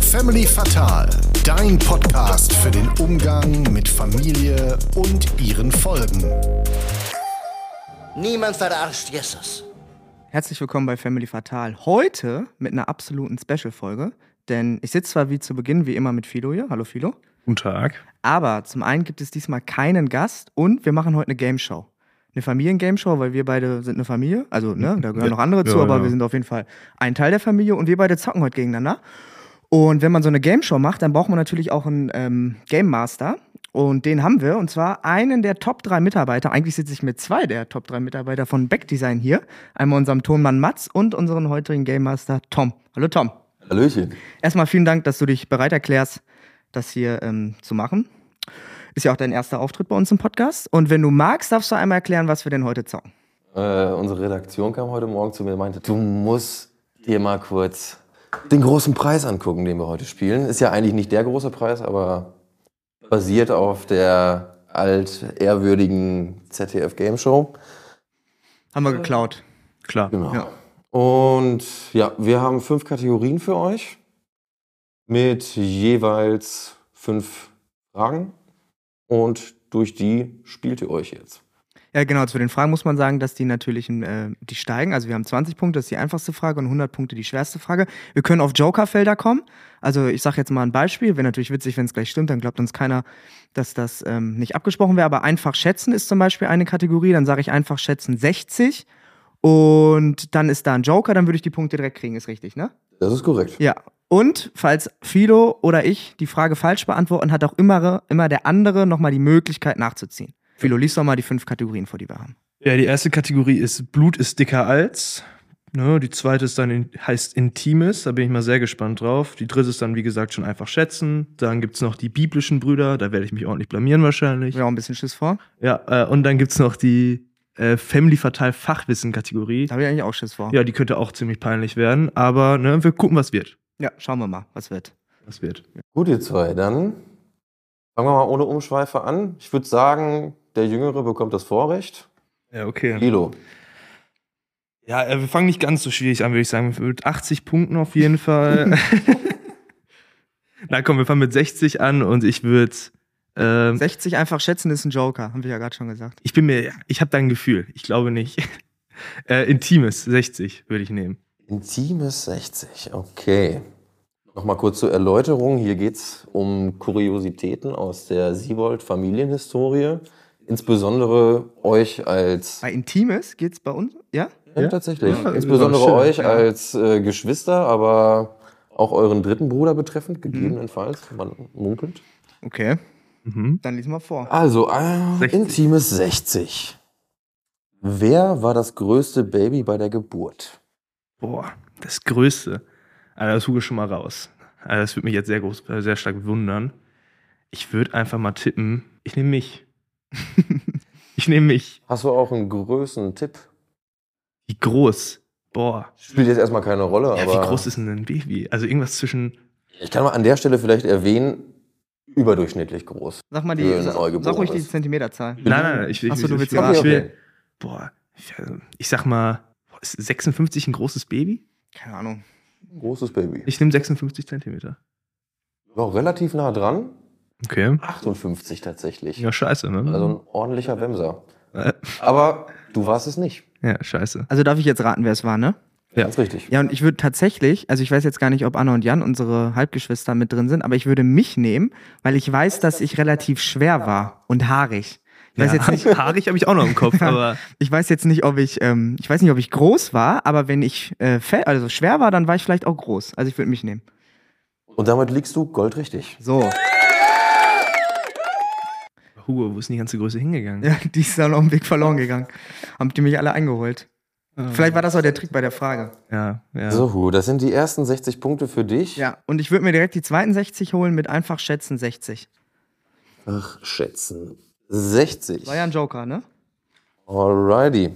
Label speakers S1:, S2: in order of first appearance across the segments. S1: Family Fatal, dein Podcast für den Umgang mit Familie und ihren Folgen.
S2: Niemand verarscht Jesus.
S3: Herzlich willkommen bei Family Fatal. Heute mit einer absoluten Special-Folge, denn ich sitze zwar wie zu Beginn wie immer mit Philo hier. Hallo Philo.
S4: Guten Tag.
S3: Aber zum einen gibt es diesmal keinen Gast und wir machen heute eine Game Show. Eine Familiengameshow, weil wir beide sind eine Familie. Also, ne, da gehören noch andere zu,
S4: Ja,
S3: aber
S4: ja.
S3: wir sind auf jeden Fall ein Teil der Familie und wir beide zocken heute gegeneinander. Und wenn man so eine Gameshow macht, dann braucht man natürlich auch einen ähm, Game Master. Und den haben wir, und zwar einen der Top 3 Mitarbeiter. Eigentlich sitze ich mit zwei der Top 3 Mitarbeiter von Beck Design hier. Einmal unserem Tonmann Mats und unseren heutigen Game Master Tom. Hallo Tom.
S5: Hallöchen.
S3: Erstmal vielen Dank, dass du dich bereit erklärst, das hier ähm, zu machen. Ist ja auch dein erster Auftritt bei uns im Podcast. Und wenn du magst, darfst du einmal erklären, was wir denn heute zocken.
S5: Äh, unsere Redaktion kam heute Morgen zu mir und meinte, du musst dir mal kurz den großen Preis angucken, den wir heute spielen. Ist ja eigentlich nicht der große Preis, aber basiert auf der altehrwürdigen ZDF Game Show.
S3: Haben wir geklaut.
S4: Klar.
S5: Genau.
S3: Ja.
S5: Und ja, wir haben fünf Kategorien für euch mit jeweils fünf Fragen. Und durch die spielt ihr euch jetzt.
S3: Ja, genau. Zu den Fragen muss man sagen, dass die natürlich, äh, die steigen. Also wir haben 20 Punkte, das ist die einfachste Frage und 100 Punkte die schwerste Frage. Wir können auf Jokerfelder kommen. Also ich sage jetzt mal ein Beispiel. Wäre natürlich witzig, wenn es gleich stimmt. Dann glaubt uns keiner, dass das ähm, nicht abgesprochen wäre. Aber einfach schätzen ist zum Beispiel eine Kategorie. Dann sage ich einfach schätzen 60. Und dann ist da ein Joker, dann würde ich die Punkte direkt kriegen. Ist richtig, ne?
S5: Das ist korrekt.
S3: Ja. Und falls Philo oder ich die Frage falsch beantworten, hat auch immer, immer der andere nochmal die Möglichkeit nachzuziehen. Philo, liest doch mal die fünf Kategorien vor, die wir haben.
S4: Ja, die erste Kategorie ist Blut ist dicker als. Ne, die zweite ist dann in, heißt Intimes, da bin ich mal sehr gespannt drauf. Die dritte ist dann, wie gesagt, schon einfach schätzen. Dann gibt's noch die biblischen Brüder, da werde ich mich ordentlich blamieren wahrscheinlich.
S3: Ich habe auch ein bisschen Schiss vor.
S4: Ja, äh, und dann gibt's noch die äh, Family Fatal Fachwissen-Kategorie.
S3: Da habe ich eigentlich auch Schiss vor.
S4: Ja, die könnte auch ziemlich peinlich werden, aber ne, wir gucken, was wird.
S3: Ja, schauen wir mal, was wird.
S4: Was wird.
S5: Gut, ihr zwei, dann fangen wir mal ohne Umschweife an. Ich würde sagen, der Jüngere bekommt das Vorrecht.
S4: Ja, okay.
S5: Lilo,
S4: Ja, äh, wir fangen nicht ganz so schwierig an, würde ich sagen. Mit 80 Punkten auf jeden Fall. Na komm, wir fangen mit 60 an und ich würde. Ähm,
S3: 60 einfach schätzen ist ein Joker, haben wir ja gerade schon gesagt.
S4: ich bin mir. Ich habe da ein Gefühl. Ich glaube nicht. äh, Intimes, 60 würde ich nehmen.
S5: intimes 60, okay. Nochmal kurz zur Erläuterung. Hier geht es um Kuriositäten aus der Siebold-Familienhistorie. Insbesondere euch als,
S3: Bei Intimes geht's bei uns, ja?
S5: ja, tatsächlich,
S4: Ah, Ja,
S5: insbesondere
S4: schön,
S5: euch
S4: ja.
S5: als äh, Geschwister, aber auch euren dritten Bruder betreffend, gegebenenfalls. Man munkelt.
S3: Okay,
S4: Mhm.
S3: dann lies mal vor.
S5: Also, äh,
S4: 60.
S5: intimes 60. Wer war das größte Baby bei der Geburt?
S4: Boah, das Größte. Also das Hugo schon mal raus. Also das würde mich jetzt sehr groß, äh, sehr stark wundern. Ich würde einfach mal tippen. Ich nehme mich. ich nehme mich.
S5: Hast du auch einen größeren Tipp?
S4: Wie groß? Boah.
S5: Spielt jetzt erstmal keine Rolle,
S4: Ja,
S5: aber
S4: wie groß ist denn ein Baby? Also irgendwas zwischen.
S5: ich kann mal an der Stelle vielleicht erwähnen, überdurchschnittlich groß.
S3: Sag mal die,
S5: Für ein
S3: sag, sag ruhig
S5: Neugeborenes.
S3: die Zentimeterzahl.
S4: Nein, nein, nein. Ich, will-
S3: Ach so,
S4: ich,
S3: du
S4: will-
S3: willst
S4: ich, will-
S3: raten.
S4: ich will. Boah, ich, also, ich sag mal, boah, ist 56 ein großes Baby?
S3: Keine Ahnung.
S5: Großes Baby.
S4: Ich nehme 56 Zentimeter.
S5: War relativ nah dran.
S4: Okay.
S5: 58 tatsächlich.
S4: Ja, scheiße, ne?
S5: Also ein ordentlicher Wemser.
S4: Äh.
S5: Aber du warst es nicht.
S4: ja, scheiße.
S3: Also darf ich jetzt raten, wer es war, ne?
S4: Ja.
S5: Ganz richtig.
S3: Ja, und ich würde tatsächlich, also ich weiß jetzt gar nicht, ob Anna und Jan, unsere Halbgeschwister, mit drin sind, aber ich würde mich nehmen, weil ich weiß, dass ich relativ schwer war und haarig. Ich weiß,
S4: ja,
S3: jetzt, nicht,
S4: haarig habe ich auch noch im Kopf, aber
S3: ich weiß jetzt nicht, ob ich, ähm, ich weiß nicht, ob ich groß war, aber wenn ich äh, fe- also schwer war, dann war ich vielleicht auch groß. Also ich würde mich nehmen.
S5: Und damit liegst du goldrichtig.
S3: So.
S4: Hugo, wo ist denn die ganze Größe hingegangen?
S3: Ja, die ist dann auf dem Weg verloren gegangen. Haben die mich alle eingeholt. Vielleicht war das auch der Trick bei der Frage.
S4: Ja, ja.
S5: So, Hugo, das sind die ersten 60 Punkte für dich.
S3: Ja, und ich würde mir direkt die 62 holen mit einfach schätzen 60.
S5: Ach, schätzen. 60.
S3: War ja ein Joker, ne?
S5: Alrighty.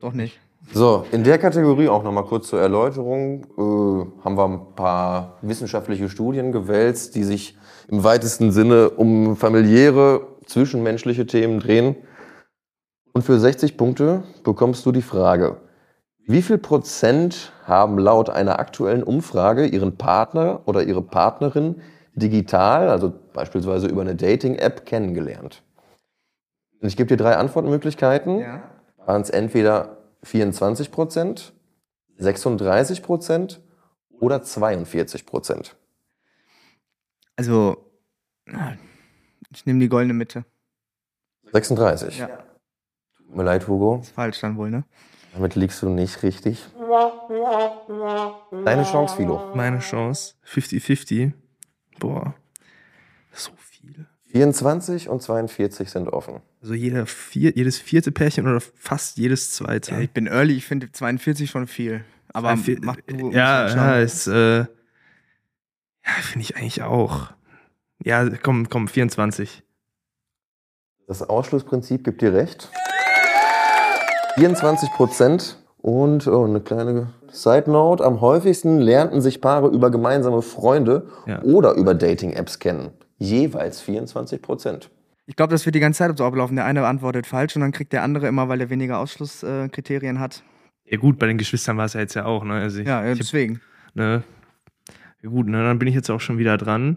S3: Doch nicht.
S5: So, in der Kategorie auch nochmal kurz zur Erläuterung äh, haben wir ein paar wissenschaftliche Studien gewälzt, die sich im weitesten Sinne um familiäre, zwischenmenschliche Themen drehen. Und für 60 Punkte bekommst du die Frage, Wie viel Prozent haben laut einer aktuellen Umfrage ihren Partner oder ihre Partnerin digital, also beispielsweise über eine Dating-App, kennengelernt? Und ich gebe dir drei Antwortmöglichkeiten.
S3: Ja.
S5: Waren es entweder 24 Prozent, 36 Prozent oder 42 Prozent?
S3: Also, ich nehme die goldene Mitte.
S5: 36.
S3: Ja.
S5: Tut mir leid, Hugo.
S3: Ist falsch dann wohl, ne?
S5: Damit liegst du nicht richtig. Deine Chance, Philo.
S4: Meine Chance. 50-50. Boah. So viel.
S5: 24 und 42 sind offen.
S4: Also jeder vier, jedes vierte Pärchen oder fast jedes zweite.
S3: Ja, ich bin early, ich finde 42 schon viel. Aber
S4: Zwei-
S3: mach du.
S4: Äh, ja,
S3: musst du
S4: ja,
S3: schauen.
S4: ist, äh, ja, finde ich eigentlich auch. Ja, komm, komm, 24.
S5: Das Ausschlussprinzip gibt dir recht. 24 Prozent. Und oh, eine kleine Side Note: Am häufigsten lernten sich Paare über gemeinsame Freunde
S4: Ja.
S5: oder über Dating-Apps kennen. Jeweils 24 Prozent.
S3: Ich glaube, das wird die ganze Zeit so ablaufen. Der eine antwortet falsch und dann kriegt der andere immer, weil er weniger Ausschlusskriterien hat.
S4: Ja, gut, bei den Geschwistern war es ja jetzt ja auch, ne? Also ich,
S3: Ja, ja,
S4: ich hab,
S3: deswegen.
S4: ne? Ja, gut, ne? Dann bin ich jetzt auch schon wieder dran.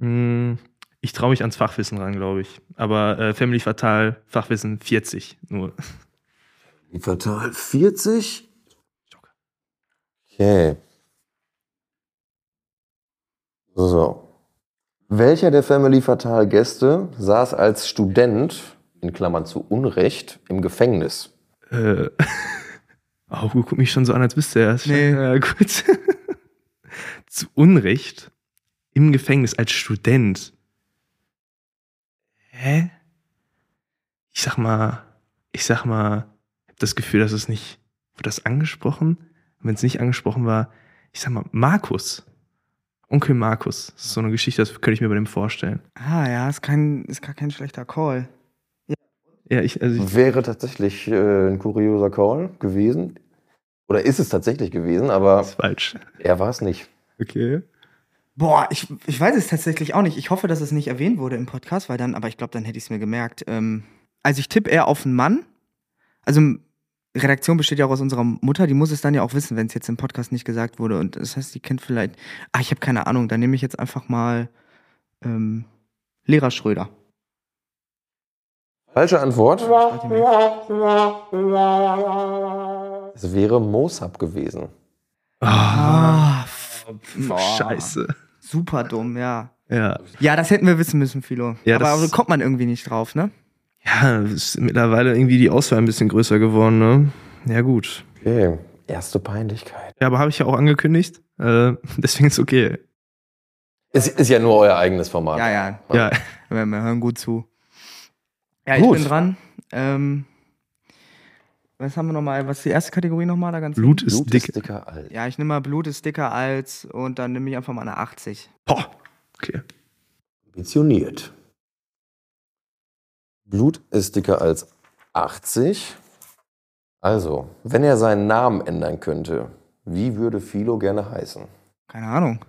S4: Hm, ich traue mich ans Fachwissen ran, glaube ich. Aber äh, Family Fatal, Fachwissen 40 nur.
S5: Fatal 40. Okay. So. Welcher der Family Fatal Gäste saß als Student, in Klammern zu Unrecht, im Gefängnis?
S4: Äh, oh, du guck mich schon so an, als bist du erst.
S3: Nee.
S4: Ja, gut. Zu Unrecht im Gefängnis als Student. Hä? Ich sag mal, ich sag mal, ich hab das Gefühl, dass es nicht, wurde das angesprochen? Wenn es nicht angesprochen war, ich sag mal, Markus. Onkel Markus. Das ist so eine Geschichte, das könnte ich mir bei dem vorstellen.
S3: Ah, ja, ist, kein, ist gar kein schlechter Call.
S4: Ja, ich, also ich,
S5: Wäre tatsächlich äh, ein kurioser Call gewesen. Oder ist es tatsächlich gewesen, aber
S4: das ist falsch.
S5: er war es nicht.
S4: Okay.
S3: Boah, ich, ich weiß es tatsächlich auch nicht. Ich hoffe, dass es nicht erwähnt wurde im Podcast, weil dann, aber ich glaube, dann hätte ich es mir gemerkt. Ähm, also ich tippe eher auf einen Mann. Also m- Redaktion besteht ja auch aus unserer Mutter, die muss es dann ja auch wissen, wenn es jetzt im Podcast nicht gesagt wurde. Und das heißt, die kennt vielleicht. Ah, ich habe keine Ahnung. Dann nehme ich jetzt einfach mal ähm, Lehrer Schröder.
S5: Falsche Antwort.
S3: Warte mal.
S5: Es wäre Mosab gewesen.
S3: Ah, f-
S4: Boah. Scheiße.
S3: super dumm, ja.
S4: Ja.
S3: Ja, das hätten wir wissen müssen, Philo.
S4: Ja,
S3: aber,
S4: das-
S3: aber kommt man irgendwie nicht drauf, ne?
S4: Ja, ist mittlerweile irgendwie die Auswahl ein bisschen größer geworden, ne? Ja, gut.
S5: Okay, erste Peinlichkeit.
S4: Ja, aber habe ich ja auch angekündigt. Äh, deswegen ist okay.
S5: Es ist ja nur euer eigenes Format.
S3: Ja, ja.
S4: Ja,
S3: Wir, wir hören gut zu. Ja, ich
S5: Gut.
S3: bin dran. Ähm, was haben wir nochmal? Was ist die erste Kategorie nochmal? Da ganz
S4: Blut
S3: hinten?
S4: ist
S5: Blut
S4: dick.
S5: ist dicker als.
S3: Ja, ich nehme mal Blut ist dicker als und dann nehme ich einfach mal eine 80.
S4: Boah. Okay.
S5: Ambitioniert. Blut ist dicker als 80. Also, wenn er seinen Namen ändern könnte, wie würde Philo gerne heißen?
S3: Keine Ahnung.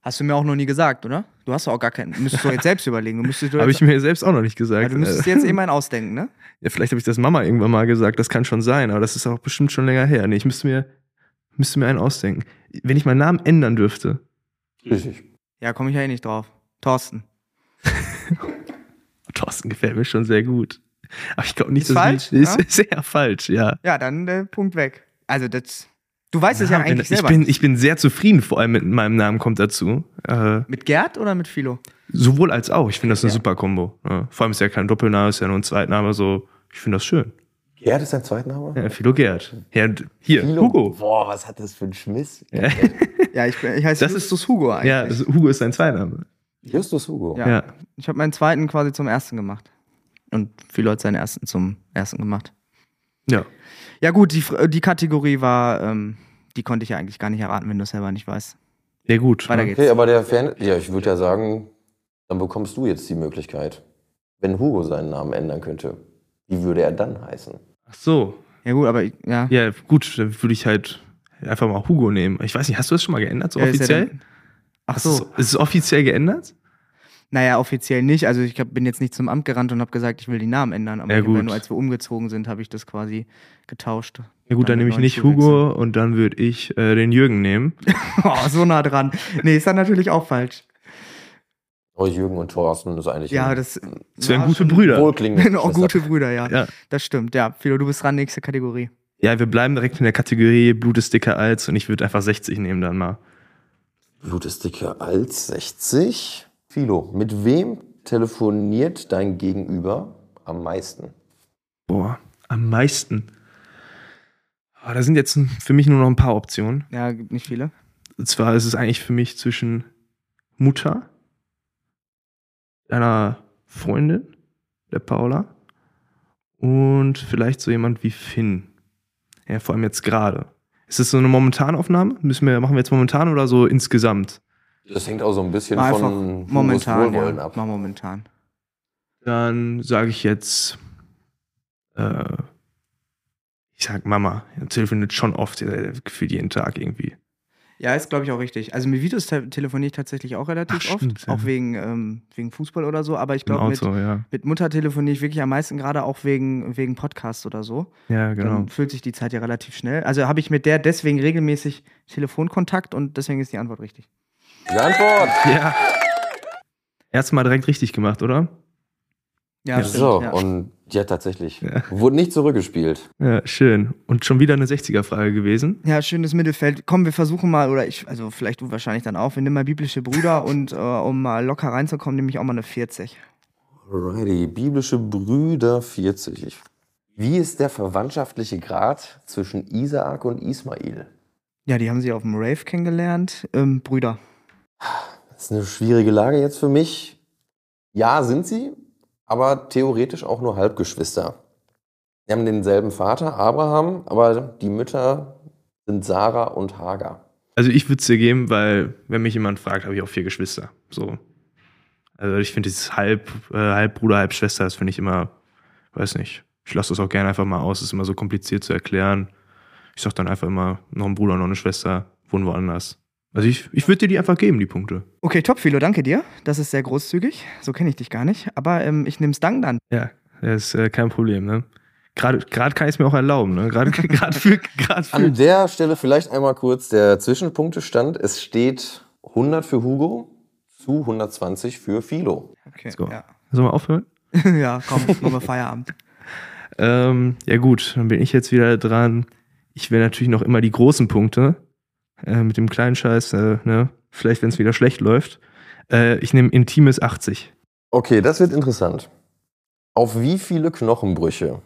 S3: Hast du mir auch noch nie gesagt, oder? Du hast doch auch gar keinen. Müsstest du jetzt selbst überlegen. Du müsstest, du
S4: Habe
S3: jetzt,
S4: ich mir selbst auch noch nicht
S3: ja,
S4: gesagt.
S3: du müsstest
S4: Äh,
S3: jetzt eben einen ausdenken, ne?
S4: ja, vielleicht habe ich das Mama irgendwann mal gesagt. Das kann schon sein, aber das ist auch bestimmt schon länger her. Nee, ich müsste mir, müsste mir einen ausdenken. Wenn ich meinen Namen ändern dürfte.
S5: Richtig.
S3: Ja, komme ich ja eh nicht drauf. Thorsten.
S4: Thorsten gefällt mir schon sehr gut. Aber ich glaube nicht,
S3: Ist falsch,
S4: ich, ist
S3: ja?
S4: sehr falsch, ja.
S3: Ja, dann äh, Punkt weg. Also, das. Du weißt es ja
S4: Ja, wenn-
S3: eigentlich
S4: ich,
S3: selber.
S4: bin, ich bin sehr zufrieden, vor allem mit meinem Namen kommt dazu. Äh,
S3: mit Gerd oder mit Philo?
S4: Sowohl als auch. Ich finde das eine super Kombo. Ja. Vor allem ist ja kein Doppelname, ist ja nur ein Zweitname. So, ich finde das schön.
S5: Gerd ist dein Zweitname?
S4: Ja, Philo Gerd. Ja, und hier,
S5: Philo.
S4: Hugo.
S5: Boah, was hat das für ein Schmiss?
S4: Ja,
S3: Ja, ich, bin- ich heiße
S4: Das ist-
S3: Justus Hugo eigentlich.
S4: ja also Hugo ist sein Zweitname.
S5: Justus Hugo.
S3: Ja.
S4: Ja.
S3: Ich habe meinen zweiten quasi zum ersten gemacht. Und viele Leute seinen ersten zum ersten gemacht.
S4: Ja.
S3: Ja, gut, die, Fr- äh, die Kategorie war, ähm, die konnte ich ja eigentlich gar nicht erraten, wenn du es selber nicht weißt.
S4: Ja, gut.
S3: Weiter
S4: Ja.
S3: geht's.
S5: Okay, aber der Fan. Ja, ich würde ja sagen, dann bekommst du jetzt die Möglichkeit. Wenn Hugo seinen Namen ändern könnte, wie würde er dann heißen?
S4: Ach so.
S3: Ja, gut, aber ich- ja.
S4: Ja, gut, dann würde ich halt einfach mal Hugo nehmen. Ich weiß nicht, hast du das schon mal geändert, so
S3: Ja, ist ja
S4: offiziell?
S3: dann- Ach
S4: Hast du es-
S3: so.
S4: Ist es offiziell geändert?
S3: Naja, offiziell nicht. Also ich hab, bin jetzt nicht zum Amt gerannt und habe gesagt, ich will die Namen ändern. Aber
S4: Ja,
S3: ich hab
S4: gut.
S3: nur als wir umgezogen sind, habe ich das quasi getauscht.
S4: Ja gut, dann,
S3: Dann
S4: nehme ich
S3: wird
S4: nicht
S3: man einen Schuh
S4: Hugo und dann würde ich äh, den Jürgen nehmen.
S3: Oh, so nah dran. Nee, ist dann natürlich auch falsch.
S5: Oh, Jürgen und Thorsten ist eigentlich
S3: Ja,
S5: ein
S3: das
S4: Das wären
S3: ja,
S4: gute
S3: schon-
S4: Brüder.
S5: wohlklingendes
S3: Auch
S5: Geschwister.
S3: gute Brüder, ja.
S4: Ja.
S3: Das stimmt, ja. Philo, du bist dran, nächste Kategorie.
S4: ja, wir bleiben direkt in der Kategorie Blut ist dicker als und ich würde einfach 60 nehmen dann mal.
S5: Blut ist dicker als 60. Philo, mit wem telefoniert dein Gegenüber am meisten?
S4: Boah, am meisten. Aber da sind jetzt für mich nur noch ein paar Optionen.
S3: Ja, gibt nicht viele.
S4: Und zwar ist es eigentlich für mich zwischen Mutter, deiner Freundin, der Paula, und vielleicht so jemand wie Finn. Ja, vor allem jetzt gerade. Ist das so eine Momentanaufnahme? Müssen wir, machen wir jetzt momentan oder so insgesamt?
S5: Das hängt auch so ein bisschen
S3: Mal einfach
S5: von Hugos
S3: momentan.
S5: Wohlwollen
S3: Ja.
S5: ab.
S3: Mal momentan.
S4: Dann sage ich jetzt, äh, ich sag Mama. Er telefoniert schon oft, äh, gefühlt jeden Tag irgendwie.
S3: Ja, ist, glaube ich, auch richtig. Also mit Vitos te telefoniere ich tatsächlich auch relativ
S4: Ach, stimmt,
S3: oft.
S4: ja.
S3: Auch wegen, ähm, wegen Fußball oder so. Aber ich
S4: Im
S3: glaube, mit,
S4: Auto, ja.
S3: mit Mutter telefoniere ich wirklich am meisten, gerade auch wegen, wegen Podcasts oder so.
S4: Ja, genau.
S3: Dann füllt sich die Zeit ja relativ schnell. Also habe ich mit der deswegen regelmäßig Telefonkontakt und deswegen ist die Antwort richtig.
S5: Die Antwort!
S4: Ja. Erstmal direkt richtig gemacht, oder?
S3: Ja, stimmt,
S5: so,
S3: ja.
S5: und ja, tatsächlich.
S4: Ja.
S5: Wurde nicht zurückgespielt.
S4: Ja, schön. Und schon wieder eine 60er-Frage gewesen.
S3: Ja, schönes Mittelfeld. Komm, wir versuchen mal, oder ich, also vielleicht du wahrscheinlich dann auch, wir nehmen mal biblische Brüder und äh, um mal locker reinzukommen, nehme ich auch mal eine 40.
S5: Alrighty, biblische Brüder 40. Ich- Wie ist der verwandtschaftliche Grad zwischen Isaak und Ismael?
S3: Ja, die haben sie auf dem Rave kennengelernt. Ähm, Brüder.
S5: Das ist eine schwierige Lage jetzt für mich. Ja, sind sie, aber theoretisch auch nur Halbgeschwister. Sie haben denselben Vater, Abraham, aber die Mütter sind Sarah und Hagar.
S4: Also ich würde es dir geben, weil wenn mich jemand fragt, habe ich auch vier Geschwister. So. Also ich finde dieses Halb, äh, Halbbruder, Halbschwester, das finde ich immer, weiß nicht. Ich lasse das auch gerne einfach mal aus. ist immer so kompliziert zu erklären. Ich sag dann einfach immer, noch ein Bruder, noch eine Schwester, wohnen woanders. Also ich, ich würde dir die einfach geben, die Punkte.
S3: Okay, top, Philo, danke dir. Das ist sehr großzügig. So kenne ich dich gar nicht. Aber ähm, ich nehme es Dank an.
S4: Ja, das ist äh, kein Problem, ne? Gerade gerade kann ich es mir auch erlauben, ne? Gerade gerade für, gerade für
S5: An der Stelle vielleicht einmal kurz der Zwischenpunktestand. Es steht 100 für Hugo zu 120 für Philo.
S3: Okay,
S4: go.
S3: ja.
S4: Sollen wir aufhören?
S3: ja, komm, machen wir Feierabend.
S4: Ähm, ja gut, dann bin ich jetzt wieder dran. Ich will natürlich noch immer die großen Punkte äh, mit dem kleinen Scheiß, äh, ne? vielleicht wenn es wieder schlecht läuft. Äh, ich nehme Intimes 80.
S5: Okay, das wird interessant. Auf wie viele Knochenbrüche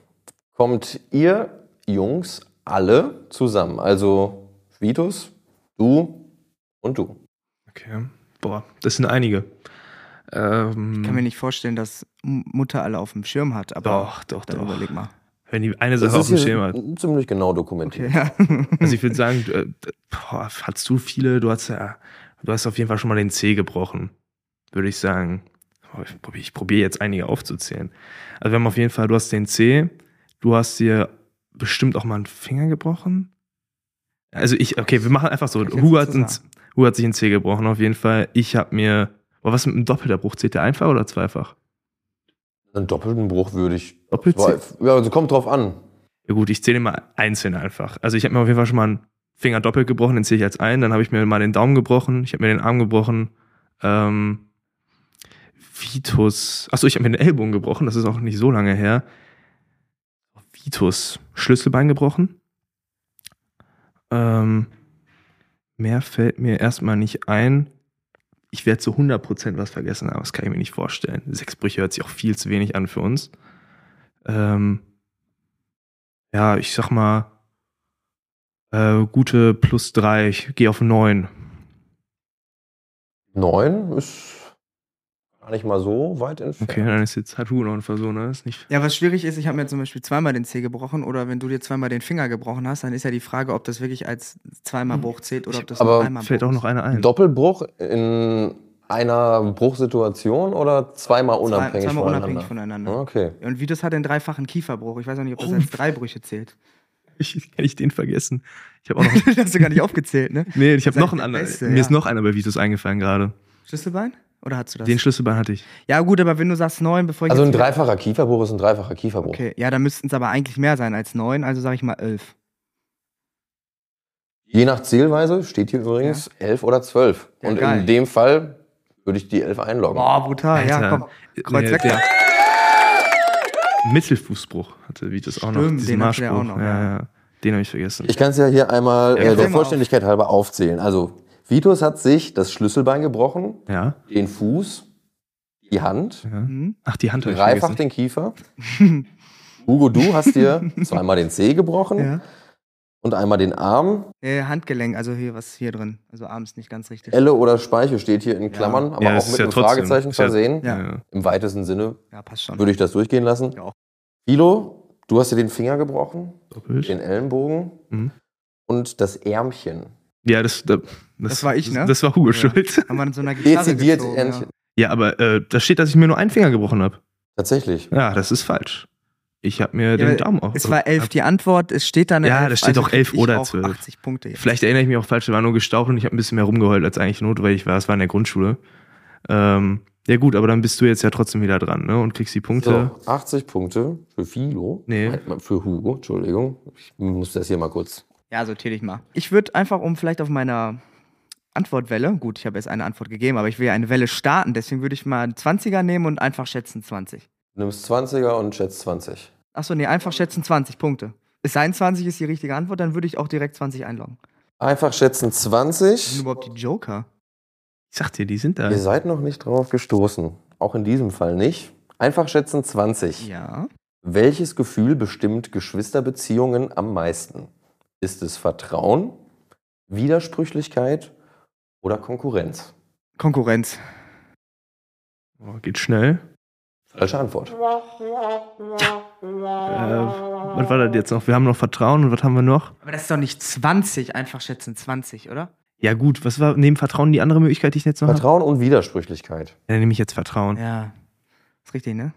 S5: kommt ihr Jungs alle zusammen? Also Vitus, du und du.
S4: Okay. Boah, das sind einige. Ähm,
S3: Ich kann mir nicht vorstellen, dass M- Mutter alle auf dem Schirm hat, aber
S4: Doch, doch,
S3: dann
S4: doch.
S3: überleg mal.
S4: wenn die eine Sache auf dem
S5: hier
S4: Schirm hat.
S5: ziemlich genau dokumentiert.
S3: Okay, ja.
S4: Also
S3: Hm.
S4: ich würde sagen, du, äh, boah, hattest du viele, du hast ja, du hast auf jeden Fall schon mal den C gebrochen, würde ich sagen. Boah, Ich probiere ich probier jetzt einige aufzuzählen. Also wir haben auf jeden Fall, du hast den C, du hast dir bestimmt auch mal einen Finger gebrochen. Also ich, okay, wir machen einfach so.
S3: Kann ich jetzt
S4: Hugo
S3: nicht
S4: hat,
S3: so
S4: einen, Hugo hat sich einen C gebrochen, auf jeden Fall. Ich habe mir, boah, was mit einem doppelter Bruch? Zählt der einfach oder zweifach?
S5: Einen doppelten Bruch würde ich.
S4: Doppelt
S5: Boah, Ja, also kommt drauf an.
S4: Ja gut, ich zähle mal einzeln einfach. Also ich habe mir auf jeden Fall schon mal einen Finger doppelt gebrochen, den zähle ich als ein. Dann habe ich mir mal den Daumen gebrochen, ich habe mir den Arm gebrochen. Ähm, Vitus. Achso, ich habe mir den Ellbogen gebrochen, das ist auch nicht so lange her. Vitus. Schlüsselbein gebrochen. Ähm, mehr fällt mir erstmal nicht ein. Ich werde zu 100% was vergessen, aber das kann ich mir nicht vorstellen. Sechs Brüche hört sich auch viel zu wenig an für uns. Ähm, ja, ich sag mal, äh, gute plus drei, ich gehe auf neun.
S5: Neun ist gar nicht mal so weit entfernt.
S4: Okay, dann ist jetzt, hat Hugo noch einen Versuch, ne? Ist nicht.
S3: Ja, was schwierig ist, ich habe mir zum Beispiel zweimal den Zeh gebrochen oder wenn du dir zweimal den Finger gebrochen hast, dann ist ja die Frage, ob das wirklich als zweimal Bruch zählt oder ob das
S5: Aber
S3: nur einmal
S4: Hm. Fällt
S3: Bruch
S4: auch noch
S3: ist.
S4: einer ein.
S5: Doppelbruch in einer Bruchsituation oder zweimal
S3: Zwei-
S5: unabhängig
S3: zweimal
S5: voneinander?
S3: unabhängig voneinander.
S5: Okay.
S3: Und wie das hat den dreifachen Kieferbruch. Ich weiß auch nicht, ob das
S4: Oh.
S3: als drei Brüche zählt.
S4: Ich, kann ich den vergessen. Ich habe auch noch.
S3: das hast du gar nicht aufgezählt, ne?
S4: Nee, ich habe
S3: Seid
S4: noch einen
S3: der
S4: anderen.
S3: Beste,
S4: Mir ist
S3: ja.
S4: noch einer bei Vitus eingefallen gerade.
S3: Schlüsselbein? Oder hast du das?
S4: Den Schlüsselbein hatte ich.
S3: ja, gut, aber wenn du sagst neun, bevor ich.
S5: Also
S3: jetzt
S5: ein
S3: wieder-
S5: dreifacher Kieferbruch ist ein dreifacher Kieferbruch.
S3: Okay, ja, dann müssten es aber eigentlich mehr sein als neun, also sage ich mal elf.
S5: Je nach Zielweise steht hier übrigens 11 oder 12.
S3: Ja,
S5: und
S3: geil.
S5: in dem Fall würde ich die 11 einloggen.
S3: Boah, brutal. Ja,
S4: Alter.
S3: komm. Kreuz
S4: Nee,
S3: weg.
S4: Äh, der- Mittelfußbruch hatte Vitus auch noch.
S3: Stimmt,
S4: Diesen
S3: den hatte der
S4: Marschbruch.
S3: auch noch,
S4: ja,
S3: ja.
S4: ja. Den habe ich vergessen.
S5: Ich kann es ja hier einmal
S4: Ja,
S5: äh, der
S3: mal auf.
S5: Vollständigkeit halber aufzählen. Also Vitus hat sich das Schlüsselbein gebrochen,
S4: ja,
S5: den Fuß, die Hand,
S4: ja.
S3: Mhm.
S4: Ach, die Hand habe ich
S5: dreifach
S4: vergessen.
S5: den Kiefer. Hugo, du hast dir zweimal den Zeh gebrochen
S3: Ja.
S5: und einmal den Arm.
S3: Äh, Handgelenk, also hier was hier drin. Also abends nicht ganz richtig.
S5: Elle oder Speiche steht hier in Klammern, aber
S4: Ja, das
S5: auch
S4: ist
S5: mit
S4: ja
S5: einem
S4: trotzdem-
S5: Fragezeichen
S4: ist ja-
S5: versehen.
S3: Ja.
S4: Ja.
S5: Im weitesten Sinne
S3: Ja, passt schon.
S5: würde ich das durchgehen lassen.
S3: Ja.
S5: Philo, du hast dir den Finger gebrochen,
S4: Doppelt.
S5: den Ellenbogen
S4: Mhm.
S5: und das Ärmchen.
S4: Ja, das, das,
S3: Das war ich, ne?
S4: Das, war Hugo
S3: Ja.
S4: schuld.
S3: Haben wir in so einer Gitarre
S5: Dezidiert
S3: gezogen,
S5: Ärmchen.
S4: Ja, aber äh, da steht, dass ich mir nur einen Finger gebrochen habe.
S5: Tatsächlich.
S4: Ja, das ist falsch. Ich habe mir
S3: Ja,
S4: den
S3: aber
S4: Daumen auf.
S3: Ja. Es war elf die Antwort, es steht da eine
S4: Ja,
S3: elf,
S4: da steht doch
S3: krieg
S4: elf
S3: ich
S4: oder
S3: auch
S4: zwölf.
S3: 80 Punkte jetzt.
S4: Vielleicht erinnere ich mich auch falsch, ich war nur gestaucht und ich habe ein bisschen mehr rumgeheult, als eigentlich notwendig war. Es war in der Grundschule. Ähm, ja, gut, aber dann bist du jetzt ja trotzdem wieder dran, ne? Und kriegst die Punkte.
S5: So, 80 Punkte für Philo.
S4: Nee.
S5: Nein, Für Hugo, Entschuldigung. Ich muss das hier mal kurz.
S3: Ja, sortiere ich mal. Ich würde einfach, um vielleicht auf meiner Antwortwelle, gut, ich habe jetzt eine Antwort gegeben, aber ich will ja eine Welle starten, deswegen würde ich mal einen 20er nehmen und einfach schätzen 20.
S5: Du nimmst 20er und schätzt 20.
S3: Achso, nee, einfach schätzen 20 Punkte. Es sei denn, 20 ist die richtige Antwort, dann würde ich auch direkt 20 einloggen.
S5: Einfach schätzen
S3: Sind
S5: 20.
S3: überhaupt die Joker?
S4: Ich sag dir, die sind da.
S5: Ihr seid noch nicht drauf gestoßen. Auch in diesem Fall nicht. Einfach schätzen 20.
S3: Ja.
S5: Welches Gefühl bestimmt Geschwisterbeziehungen am meisten? Ist es Vertrauen, Widersprüchlichkeit oder Konkurrenz?
S3: Konkurrenz.
S4: Oh, geht schnell.
S5: Falsche Antwort.
S4: Äh, was war das jetzt noch? Wir haben noch Vertrauen und was haben wir noch?
S3: Aber das ist doch nicht 20, einfach schätzen 20, oder?
S4: Ja, gut, was war neben Vertrauen die andere Möglichkeit, die ich jetzt noch habe?
S5: Vertrauen und Widersprüchlichkeit.
S4: Dann nehme ich jetzt Vertrauen.
S3: Ja. Ist richtig, ne?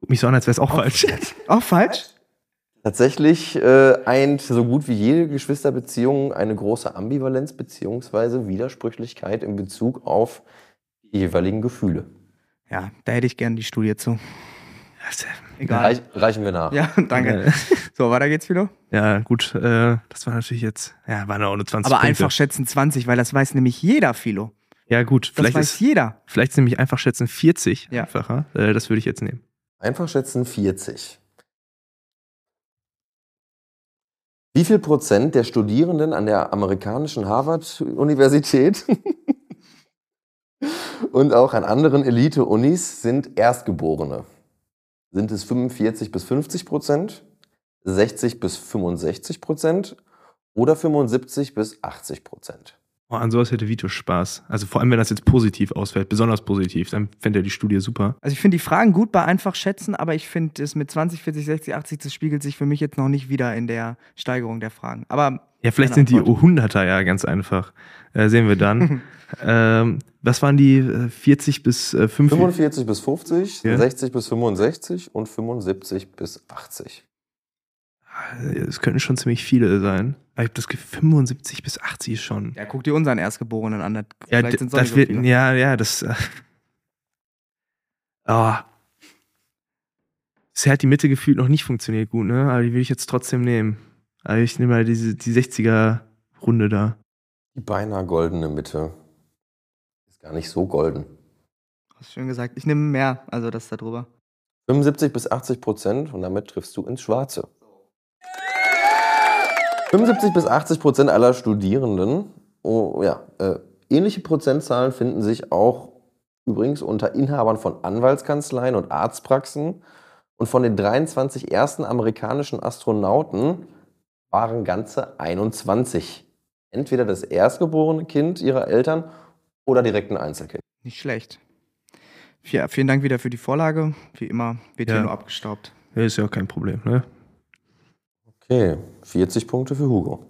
S4: Guck mich so an, als wäre es auch falsch.
S3: Auch falsch?
S5: Tatsächlich äh, eint so gut wie jede Geschwisterbeziehung eine große Ambivalenz bzw. Widersprüchlichkeit in Bezug auf die jeweiligen Gefühle.
S3: Ja, da hätte ich gern die Studie zu. Egal.
S5: Reich, reichen wir nach.
S3: Ja, danke. So, weiter geht's, Philo.
S4: Ja, gut, äh, das war natürlich jetzt. Ja, waren auch nur 20
S3: Aber
S4: Punkte.
S3: einfach schätzen 20, weil das weiß nämlich jeder, Philo.
S4: Ja, gut,
S3: Das
S4: vielleicht
S3: weiß
S4: ist,
S3: jeder.
S4: vielleicht ist nämlich einfach schätzen 40
S3: Ja.
S4: einfacher. Äh, das würde ich jetzt nehmen.
S5: Einfach schätzen 40. Wie viel Prozent der Studierenden an der amerikanischen Harvard-Universität und auch an anderen Elite-Unis sind Erstgeborene? Sind es 45 bis 50 Prozent, 60 bis 65 Prozent oder 75 bis 80 Prozent?
S4: Oh, an sowas hätte Vito Spaß. Also vor allem, wenn das jetzt positiv ausfällt, besonders positiv, dann fände er die Studie super.
S3: Also ich finde die Fragen gut bei einfach schätzen, aber ich finde es mit 20, 40, 60, 80, das spiegelt sich für mich jetzt noch nicht wieder in der Steigerung der Fragen. Aber
S4: Ja, vielleicht
S3: Keine
S4: sind die
S3: Antwort.
S4: 100er ja ganz einfach. Äh, sehen wir dann. ähm, was waren die äh, 40 bis äh, 50?
S5: 45 bis 50,
S4: Ja.
S5: 60 bis 65 und 75 bis 80.
S4: Es könnten schon ziemlich viele sein. Aber ich habe das Gefühl, 75 bis 80 ist schon.
S3: ja, guck dir unseren Erstgeborenen an. Das,
S4: Ja,
S3: vielleicht
S4: d-
S3: sind's auch
S4: das
S3: nicht
S4: wird,
S3: so viele.
S4: ja, ja, das. Äh, oh. Bisher hat die Mitte gefühlt noch nicht funktioniert gut, ne? Aber die will ich jetzt trotzdem nehmen. Also ich nehme mal diese, die 60er-Runde da.
S5: Die beinahe goldene Mitte ist gar nicht so golden.
S3: Hast schön gesagt. Ich nehme mehr, also das da drüber.
S5: 75 bis 80 Prozent und damit triffst du ins Schwarze. 75 bis 80 Prozent aller Studierenden, oh ja, äh, ähnliche Prozentzahlen finden sich auch übrigens unter Inhabern von Anwaltskanzleien und Arztpraxen. Und von den 23 ersten amerikanischen Astronauten waren ganze 21. Entweder das erstgeborene Kind ihrer Eltern oder direkt ein Einzelkind.
S3: Nicht schlecht. Ja, vielen Dank wieder für die Vorlage. Wie immer wird
S4: Ja.
S3: hier nur abgestaubt.
S4: Ja, ist ja auch kein Problem, ne?
S5: Okay, 40 Punkte für Hugo.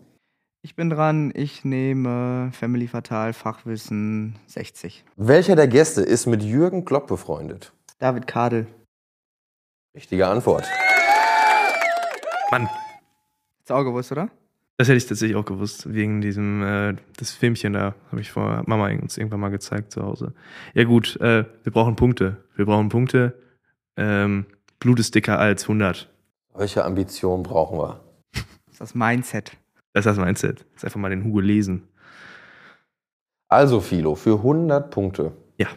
S3: Ich bin dran. Ich nehme Family Fatal, Fachwissen 60.
S5: Welcher der Gäste ist mit Jürgen Klopp befreundet?
S3: David Kadel.
S5: Richtige Antwort.
S4: Mann,
S3: Ist auch gewusst, oder?
S4: das hätte ich tatsächlich auch gewusst, wegen diesem, äh, das Filmchen da, habe ich vor hat Mama uns irgendwann mal gezeigt zu Hause. Ja gut, äh, wir brauchen Punkte. Wir brauchen Punkte. Ähm, Blut ist dicker als 100.
S5: Solche Ambitionen brauchen wir.
S3: Ist das Mindset.
S4: Das ist das Mindset. Jetzt einfach mal den Hugo lesen.
S5: Also, Philo, für 100 Punkte.
S4: Ja.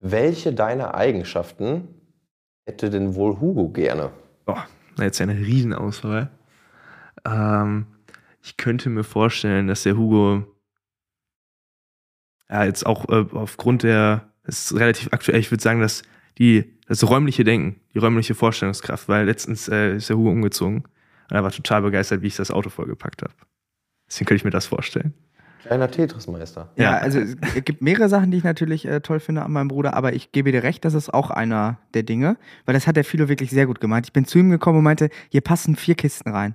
S5: Welche deiner Eigenschaften hätte denn wohl Hugo gerne?
S4: Na, jetzt eine Riesenauswahl. Ähm, ich könnte mir vorstellen, dass der Hugo ja jetzt auch äh, aufgrund der, es ist relativ aktuell, ich würde sagen, dass die, das räumliche Denken, die räumliche Vorstellungskraft, weil letztens äh, ist der Hugo umgezogen und er war total begeistert, wie ich das Auto vollgepackt habe. Deswegen könnte ich mir das vorstellen.
S5: Kleiner Tetris-Meister.
S3: Ja,
S4: Ja.
S3: also es gibt mehrere Sachen, die ich natürlich äh, toll finde an meinem Bruder, aber ich gebe dir recht, das ist auch einer der Dinge, weil das hat der Philo wirklich sehr gut gemeint. Ich bin zu ihm gekommen und meinte, hier passen vier Kisten rein.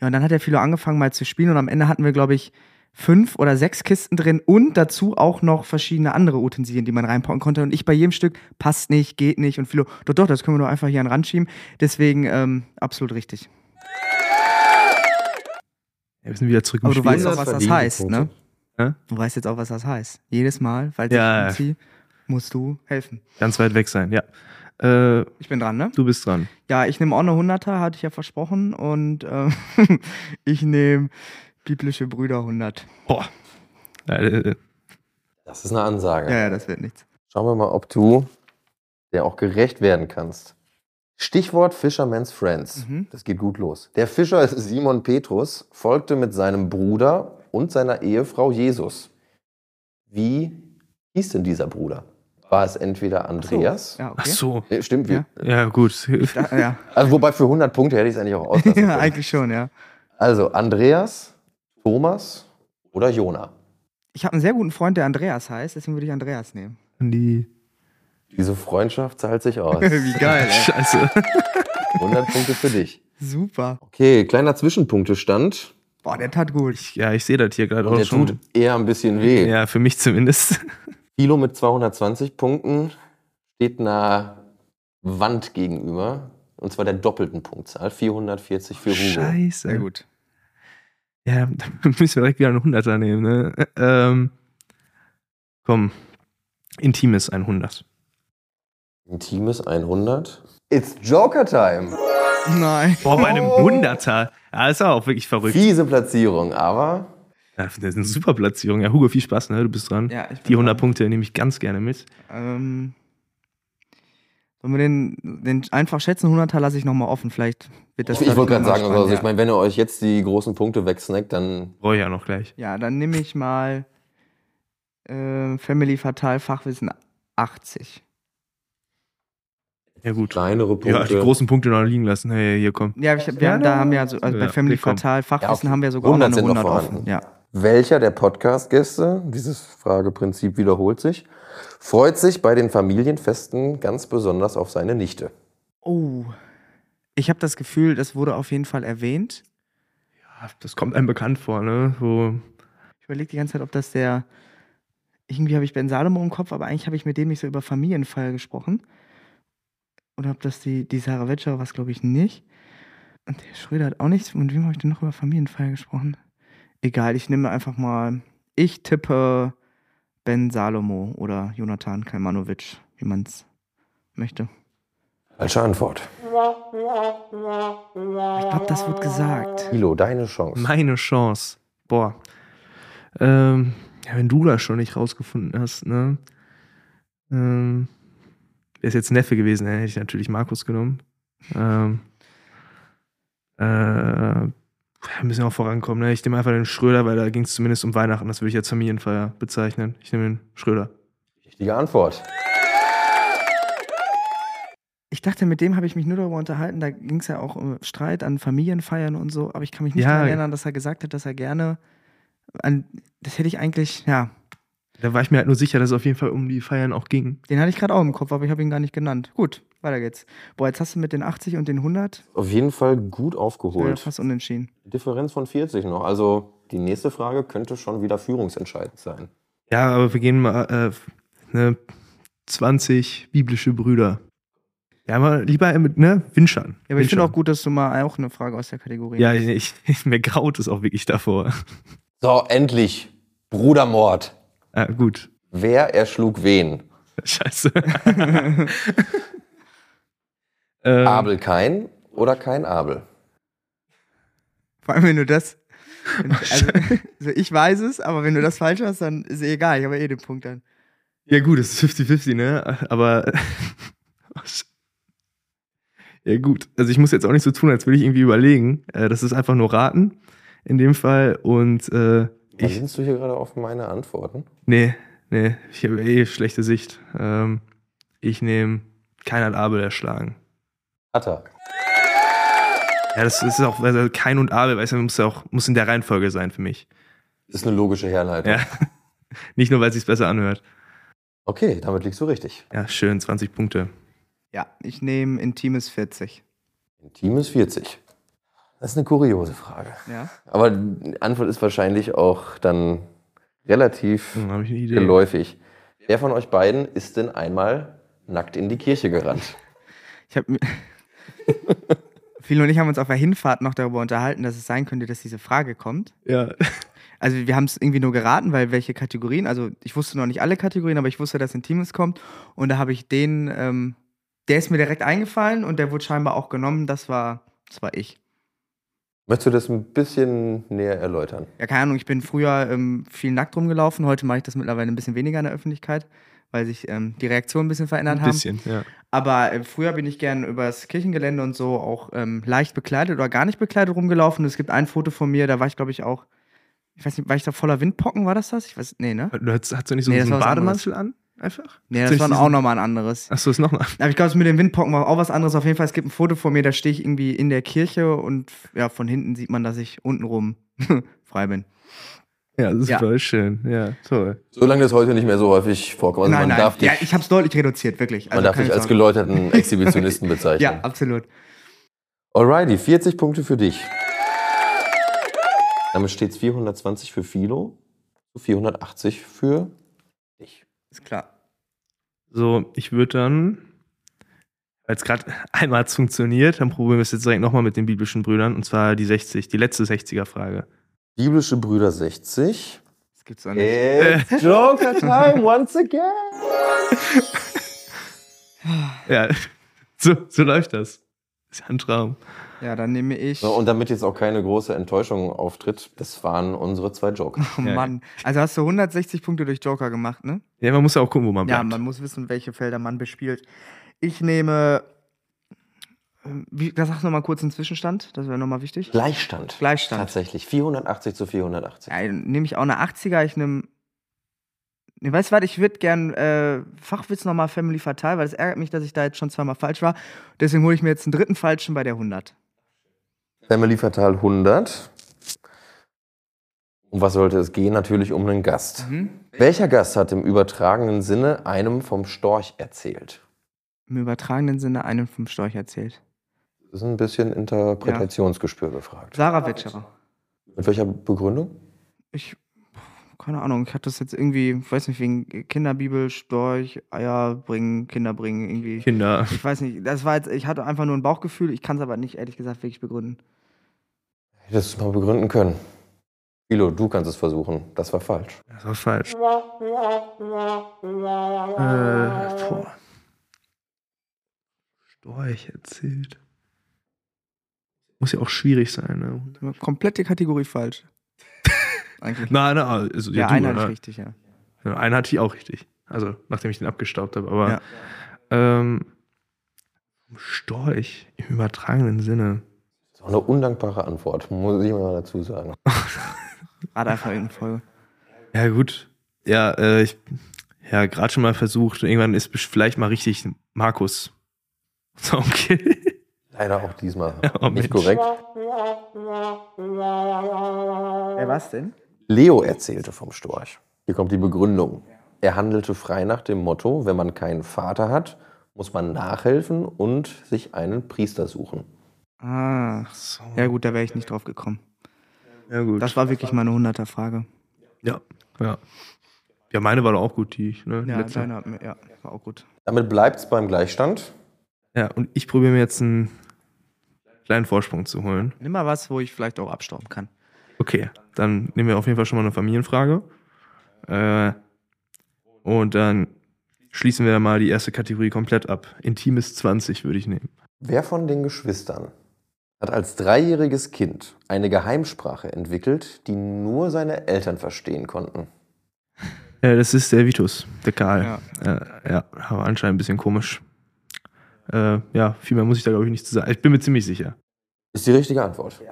S3: Ja, und dann hat der Philo angefangen mal zu spielen und am Ende hatten wir, glaube ich, fünf oder sechs Kisten drin und dazu auch noch verschiedene andere Utensilien, die man reinpacken konnte. Und ich bei jedem Stück, passt nicht, geht nicht. Und Philo, doch, doch, das können wir doch einfach hier an den Rand schieben. Deswegen ähm, absolut richtig.
S4: Ja, wir sind wieder zurück im
S3: Aber du
S4: Spiel.
S3: weißt auch, was das
S5: Verdiente
S3: heißt, ne?
S4: Hä?
S3: Du weißt jetzt auch, was das heißt. Jedes Mal, weil
S4: Ja.
S3: ich umziehe, musst du helfen.
S4: Ganz weit weg sein, ja. Äh,
S3: Ich bin dran, ne?
S4: du bist dran.
S3: Ja, ich nehme auch eine 100er, hatte ich ja versprochen. Und äh, ich nehme biblische Brüder 100.
S4: Boah.
S3: Ah,
S4: Äh,
S5: Das ist eine Ansage.
S3: Ja, ja, das wird nichts.
S5: Schauen wir mal, ob du der auch gerecht werden kannst. Stichwort Fisherman's Friends.
S3: Mhm.
S5: Das geht gut los. Der Fischer Simon Petrus folgte mit seinem Bruder und seiner Ehefrau Jesus. Wie hieß denn dieser Bruder? War es entweder Andreas?
S3: Ja, okay.
S4: ach so.
S5: Nee, Stimmt, wir.
S4: Ja, gut.
S3: Da, ja.
S5: Also, wobei für 100 Punkte hätte ich es eigentlich auch auslassen können.
S3: ja, eigentlich schon, ja.
S5: Also, Andreas, Thomas oder Jona.
S3: Ich habe einen sehr guten Freund, der Andreas heißt, deswegen würde ich Andreas nehmen.
S4: Die
S5: Diese Freundschaft zahlt sich aus.
S3: Wie geil, ey.
S4: Scheiße.
S5: 100 Punkte für dich.
S3: Super.
S5: Okay, kleiner Zwischenpunktestand.
S3: Boah, der tat gut.
S4: Ja, ich sehe das hier gerade
S5: Und
S4: auch
S5: der
S4: schon.
S5: tut eher ein bisschen weh.
S4: Ja, für mich zumindest.
S5: Philo mit 220 Punkten steht einer Wand gegenüber. Und zwar der doppelten Punktzahl. 440 für Hugo.
S4: Scheiße.
S3: Sehr gut.
S4: Ja, dann müssen wir direkt wieder einen 100er nehmen. Ne? Ähm, komm, Intimes 100.
S5: Intimes 100. It's Joker-Time.
S3: Nein.
S4: Boah, bei einem
S5: Oh.
S4: 100er. Ja, ist auch wirklich verrückt.
S5: Fiese Platzierung, aber
S4: Ja, das ist eine super Platzierung. Ja, Hugo, viel Spaß, ne? Du bist dran.
S3: Ja, ich bin
S4: Die 100
S3: dran.
S4: Punkte nehme ich ganz gerne mit.
S3: Ähm, sollen wir den, den einfach schätzen? 100er lasse ich nochmal offen. Vielleicht wird das.
S5: ich, ich
S3: dann
S5: wollte gerade
S3: nochmal
S5: sagen, also,
S3: spannend,
S5: ich meine, wenn ihr euch jetzt die großen Punkte wegsnackt, dann
S4: Brauche ich ja noch gleich.
S3: ja. ja, dann nehme ich mal äh, Family Fatal Fachwissen 80.
S4: Ja, gut.
S5: kleinere Punkte.
S4: Ja, die großen Punkte noch liegen lassen. Hey, hier, komm.
S3: Ja, ich, wir haben, da haben wir also, also bei
S4: Ja,
S3: Family
S4: willkommen.
S3: Fatal Fachwissen
S5: Ja, okay.
S3: haben wir sogar auch
S5: 100
S3: noch eine
S5: sind noch
S3: 100 offen.
S5: vorhanden.
S3: Ja.
S5: Welcher der Podcast-Gäste, dieses Frageprinzip wiederholt sich, freut sich bei den Familienfesten ganz besonders auf seine Nichte?
S3: Oh. Ich habe das Gefühl, das wurde auf jeden Fall erwähnt.
S4: Ja, Das kommt einem bekannt vor, ne? So,
S3: Ich überlege die ganze Zeit, ob das der. Irgendwie habe ich Ben Salomo im Kopf, aber eigentlich habe ich mit dem nicht so über Familienfall gesprochen. Oder ob das die, die Sarah Wetscher war, glaube ich nicht. Und der Schröder hat auch nichts. Und wem habe ich denn noch über Familienfall gesprochen? Egal, ich nehme einfach mal. Ich tippe Ben Salomo oder Jonathan Kalmanowitsch, wie man es möchte.
S5: Falsche Antwort.
S3: Ich glaube, das wird gesagt.
S5: Hilo, deine Chance.
S4: meine Chance. Boah. Ähm, ja, wenn du das schon nicht rausgefunden hast, ne? Ähm, wäre es jetzt Neffe gewesen, dann hätte ich natürlich Markus genommen. Ähm, äh, wir müssen auch vorankommen, ne? Ich nehme einfach den Schröder, weil da ging es zumindest um Weihnachten. Das würde ich als Familienfeier bezeichnen. Ich nehme den Schröder.
S5: Richtige Antwort.
S3: Ich dachte, mit dem habe ich mich nur darüber unterhalten. Da ging es ja auch um Streit an Familienfeiern und so. Aber ich kann mich nicht
S4: Ja.
S3: daran erinnern, dass er gesagt hat, dass er gerne. An, das hätte ich eigentlich, ja,
S4: Da war ich mir halt nur sicher, dass es auf jeden Fall um die Feiern auch ging.
S3: den hatte ich gerade auch im Kopf, aber ich habe ihn gar nicht genannt. Gut, weiter geht's. Boah, jetzt hast du mit den 80 und den 100
S5: Auf jeden Fall gut
S3: äh,
S5: aufgeholt.
S3: fast unentschieden.
S5: Differenz von 40 noch. Also die nächste Frage könnte schon wieder führungsentscheidend sein.
S4: Ja, aber wir gehen mal äh, ne, 20 biblische Brüder. Ja, aber lieber mit, ne,
S3: Ja,
S4: Winschern.
S3: aber ich finde
S4: Winschern.
S3: auch gut, dass du mal auch eine Frage aus der Kategorie
S4: Ja,
S3: hast.
S4: ich, ich, mir graut es auch wirklich davor.
S5: So, endlich. Brudermord.
S4: Ah, gut.
S5: Wer erschlug wen?
S4: Scheiße. ähm,
S3: Ähm,
S5: Abel kein oder kein Abel?
S3: Vor allem, wenn du das
S4: Oh,
S3: Also, also ich weiß es, aber wenn du das falsch hast, dann ist eh egal. Ich habe eh den Punkt dann.
S4: Ja, gut, es ist 50-50, ne? Aber. ja, gut. Also, ich muss jetzt auch nicht so tun, als würde ich irgendwie überlegen. Äh, Das ist einfach nur raten in dem Fall. Und äh,
S3: Oh.
S4: ich.
S5: Sinnst du hier gerade auf meine Antworten?
S4: Nee, nee, ich habe eh schlechte Sicht. Ähm, ich nehme. Keiner hat Abel erschlagen.
S5: Atta.
S4: Ja, das ist auch also kein und Abel, weißt du, muss ja auch muss in der Reihenfolge sein für mich.
S5: Ist eine logische Herleitung.
S4: Ja. Nicht nur, weil es sich besser anhört.
S5: Okay, damit liegst du richtig.
S4: Ja, schön, 20 Punkte.
S3: Ja, ich nehme Intimes 40.
S5: Intimes 40. Das ist eine kuriose Frage.
S3: Ja.
S5: Aber die Antwort ist wahrscheinlich auch dann relativ
S4: Hm, habe ich eine Idee.
S5: geläufig. Wer von euch beiden ist denn einmal nackt in die Kirche gerannt?
S3: Ich habe Phil und ich haben uns auf der Hinfahrt noch darüber unterhalten, dass es sein könnte, dass diese Frage kommt.
S4: Ja.
S3: Also wir haben es irgendwie nur geraten, weil welche Kategorien, also ich wusste noch nicht alle Kategorien, aber ich wusste, dass Intimes kommt. Und da habe ich den, ähm, der ist mir direkt eingefallen und der wurde scheinbar auch genommen. Das war, das war ich.
S5: Möchtest du das ein bisschen näher erläutern?
S3: Ja, keine Ahnung, ich bin früher ähm, viel nackt rumgelaufen. Heute mache ich das mittlerweile ein bisschen weniger in der Öffentlichkeit, weil sich ähm, die Reaktionen ein bisschen verändert
S4: Ein
S3: haben.
S4: bisschen, ja.
S3: Aber äh, früher bin ich gern übers Kirchengelände und so auch ähm, leicht bekleidet oder gar nicht bekleidet rumgelaufen. Es gibt ein Foto von mir, da war ich, glaube ich, auch, ich weiß nicht, war ich da voller Windpocken, war das das? Ich weiß, nee, ne?
S4: Du hast, hast du nicht so,
S3: Nee, das
S4: so einen
S3: war was
S4: Bademantel an? Einfach?
S3: Nee,
S4: Hast
S3: das
S4: du
S3: war
S4: nicht
S3: auch
S4: diesen-
S3: nochmal ein anderes.
S4: Achso, ist nochmal.
S3: Aber ich glaube, es mit den Windpocken war auch was anderes. Auf jeden Fall, es gibt ein Foto von mir, da stehe ich irgendwie in der Kirche und ja, von hinten sieht man, dass ich untenrum frei bin.
S4: Ja, das ist
S3: Ja.
S4: voll schön. Ja, toll.
S5: Solange das heute nicht mehr so häufig vorkommt. Also
S3: nein,
S5: man
S3: nein,
S5: darf dich,
S3: ja, ich habe es deutlich reduziert, wirklich. Also
S5: man darf
S3: keine
S5: dich als
S3: Sorge.
S5: geläuterten Exhibitionisten bezeichnen.
S3: Ja, absolut.
S5: Alrighty, 40 Punkte für dich. Damit steht es 420 für Philo, 480 für dich.
S3: Ist klar.
S4: So, ich würde dann, weil es gerade einmal hat's funktioniert, dann probieren wir es jetzt direkt nochmal mit den biblischen Brüdern. Und zwar die 60, die letzte 60er-Frage.
S5: Biblische Brüder 60.
S3: Das gibt's auch nicht.
S5: Äh. It's Joker Time once again.
S4: Ja, so, so läuft das. Ist ja ein Traum.
S3: Ja, dann nehme ich.
S5: So, und damit jetzt auch keine große Enttäuschung auftritt, das waren unsere zwei Joker.
S3: Oh
S4: Ja.
S3: Mann. Also hast du 160 Punkte durch Joker gemacht, ne?
S4: Ja, man muss ja auch gucken, wo man bleibt.
S3: Ja, man muss wissen, welche Felder man bespielt. Ich nehme. ähm, Wie, da sag nochmal kurz einen Zwischenstand, das wäre nochmal wichtig.
S5: Gleichstand.
S3: Gleichstand.
S5: Tatsächlich. 480 zu 480.
S3: Ja, dann Äh, nehme ich auch eine 80er, ich nehme. Ne, weißt du was, ich würde gern äh, Fachwitz nochmal Family Fatal, weil es ärgert mich, dass ich da jetzt schon zweimal falsch war. Deswegen hole ich mir jetzt einen dritten falschen bei der 100.
S5: Family Fatal 100. Um was sollte es gehen? Natürlich um einen Gast. Welcher Gast hat im übertragenen Sinne einem vom Storch erzählt?
S3: Im übertragenen Sinne einen vom Storch erzählt.
S5: Das ist ein bisschen Interpretationsgespür gefragt.
S3: Sarah Wetscherer.
S5: Mit welcher Begründung?
S3: Ich, keine Ahnung, ich hatte das jetzt irgendwie, ich weiß nicht, wegen Kinderbibel, Storch, Eier bringen, Kinder bringen, irgendwie.
S4: Kinder.
S3: Ich weiß nicht, das war jetzt, ich hatte einfach nur ein Bauchgefühl, ich kann es aber nicht, ehrlich gesagt, wirklich begründen.
S5: Hättest du es mal begründen können. Philo, du kannst es versuchen. Das war falsch.
S4: Das war falsch. Äh, boah. Storch erzählt. Muss ja auch schwierig sein, ne?
S3: Komplett die Kategorie falsch. Eigentlich.
S4: Nein, nein, also
S3: ja,
S4: ja, du,
S3: einer
S4: ne?
S3: ist richtig, ja.
S4: Ja, Genau, Einen hatte ich auch richtig. Also, nachdem ich den abgestaubt habe. Aber
S3: Ja.
S4: ähm, Storch im übertragenen Sinne.
S5: Das ist auch eine undankbare Antwort, muss ich mal dazu sagen.
S3: Hat einfach irgendeine Folge.
S4: Ja, gut. Ja, äh, ich ja gerade schon mal versucht. Irgendwann ist best- vielleicht mal richtig Markus. So, okay.
S5: Leider auch diesmal
S4: oh
S5: nicht
S4: Mensch.
S5: korrekt.
S3: Wer war's denn?
S5: Leo erzählte vom Storch. Hier kommt die Begründung. Er handelte frei nach dem Motto, wenn man keinen Vater hat, muss man nachhelfen und sich einen Priester suchen.
S3: Ah,
S4: So.
S3: ja gut, da wäre ich nicht drauf gekommen.
S4: Ja, gut.
S3: Das war wirklich meine 100er Frage.
S4: Ja, ja. Ja, meine war doch auch gut, die ich, ne? die
S3: Ja,
S4: letzte.
S3: deine hat mir, ja, war auch gut.
S5: Damit bleibt es beim Gleichstand.
S4: ja, und ich probiere mir jetzt einen kleinen Vorsprung zu holen.
S3: Nimm mal was, wo ich vielleicht auch abstauben kann.
S4: Okay, dann nehmen wir auf jeden Fall schon mal eine Familienfrage. Äh, und dann schließen wir mal die erste Kategorie komplett ab. Intimes 20 würde ich nehmen.
S5: Wer von den Geschwistern hat als dreijähriges Kind eine Geheimsprache entwickelt, die nur seine Eltern verstehen konnten.
S4: Ja, Äh, das ist der Vitus, der Karl.
S3: Ja.
S4: Ja, äh, ja aber anscheinend ein bisschen komisch. Äh, ja, viel mehr muss ich da, glaube ich, nicht zu sagen. Ich bin mir ziemlich sicher.
S5: Ist die richtige Antwort.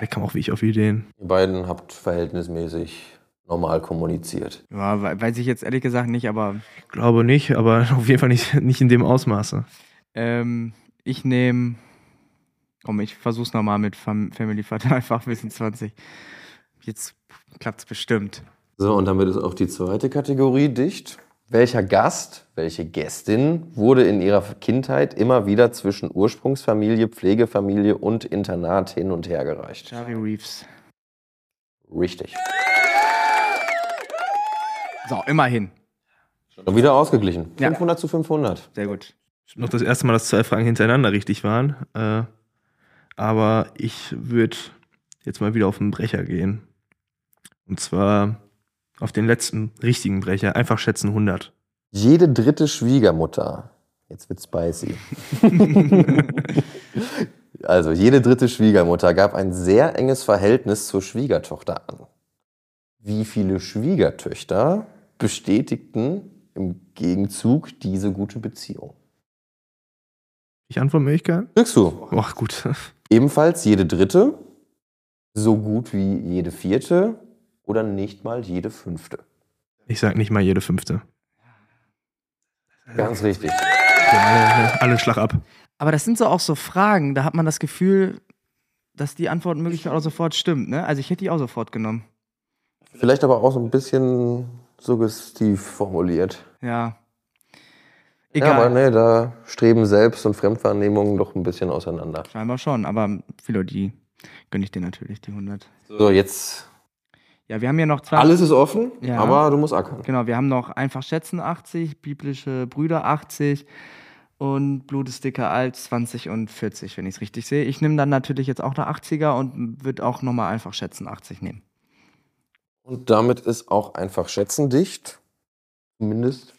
S4: Der kam auch wie ich auf Ideen.
S5: Ihr beiden habt verhältnismäßig normal kommuniziert.
S3: Ja, we- weiß ich jetzt ehrlich gesagt nicht, aber
S4: Ich glaube nicht, aber auf jeden Fall nicht, nicht in dem Ausmaße.
S3: ähm, ich nehme. Komm, ich versuch's nochmal mit Fam Family Fatal Fachwissen 20. Jetzt klappt's bestimmt.
S5: So, und damit ist auch die zweite Kategorie dicht. Welcher Gast, welche Gästin wurde in ihrer Kindheit immer wieder zwischen Ursprungsfamilie, Pflegefamilie und Internat hin und her gereicht?
S3: Jari Reeves.
S5: Richtig.
S3: So, immerhin.
S5: Und wieder ausgeglichen.
S3: Ja.
S5: 500 zu 500.
S3: Sehr gut.
S4: Ich hab noch das erste Mal, dass zwei Fragen hintereinander richtig waren. Äh, aber ich würde jetzt mal wieder auf den Brecher gehen. Und zwar auf den letzten richtigen Brecher. Einfach schätzen 100.
S5: Jede dritte Schwiegermutter. Jetzt wird spicy. also, jede dritte Schwiegermutter gab ein sehr enges Verhältnis zur Schwiegertochter an. Wie viele Schwiegertöchter bestätigten im Gegenzug diese gute Beziehung?
S4: Ich antworte Möglichkeit?
S5: Wirkst du?
S4: Ach gut.
S5: Ebenfalls jede dritte, so gut wie jede vierte oder nicht mal jede fünfte.
S4: Ich sag nicht mal jede fünfte.
S5: Ganz richtig.
S4: Alle, alle Schlag ab.
S3: Aber das sind so auch so Fragen, da hat man das Gefühl, dass die Antwort möglicherweise auch sofort stimmt, ne? Also ich hätte die auch sofort genommen.
S5: Vielleicht aber auch so ein bisschen suggestiv formuliert.
S3: Ja.
S5: Ja, aber
S3: Egal.
S5: ne, da streben Selbst- und Fremdwahrnehmungen doch ein bisschen auseinander.
S3: Scheinbar schon, aber Philo, die gönne ich dir natürlich, die 100.
S5: So, jetzt.
S3: Ja, wir haben hier noch zwei.
S5: Alles ist offen,
S3: Ja.
S5: aber du musst ackern.
S3: Genau, wir haben noch einfach schätzen 80, biblische Brüder 80 und Blut ist dicker als 20 und 40, wenn ich es richtig sehe. Ich nehme dann natürlich jetzt auch eine 80er und würde auch nochmal einfach schätzen 80 nehmen.
S5: Und damit ist auch einfach schätzen dicht. Zumindest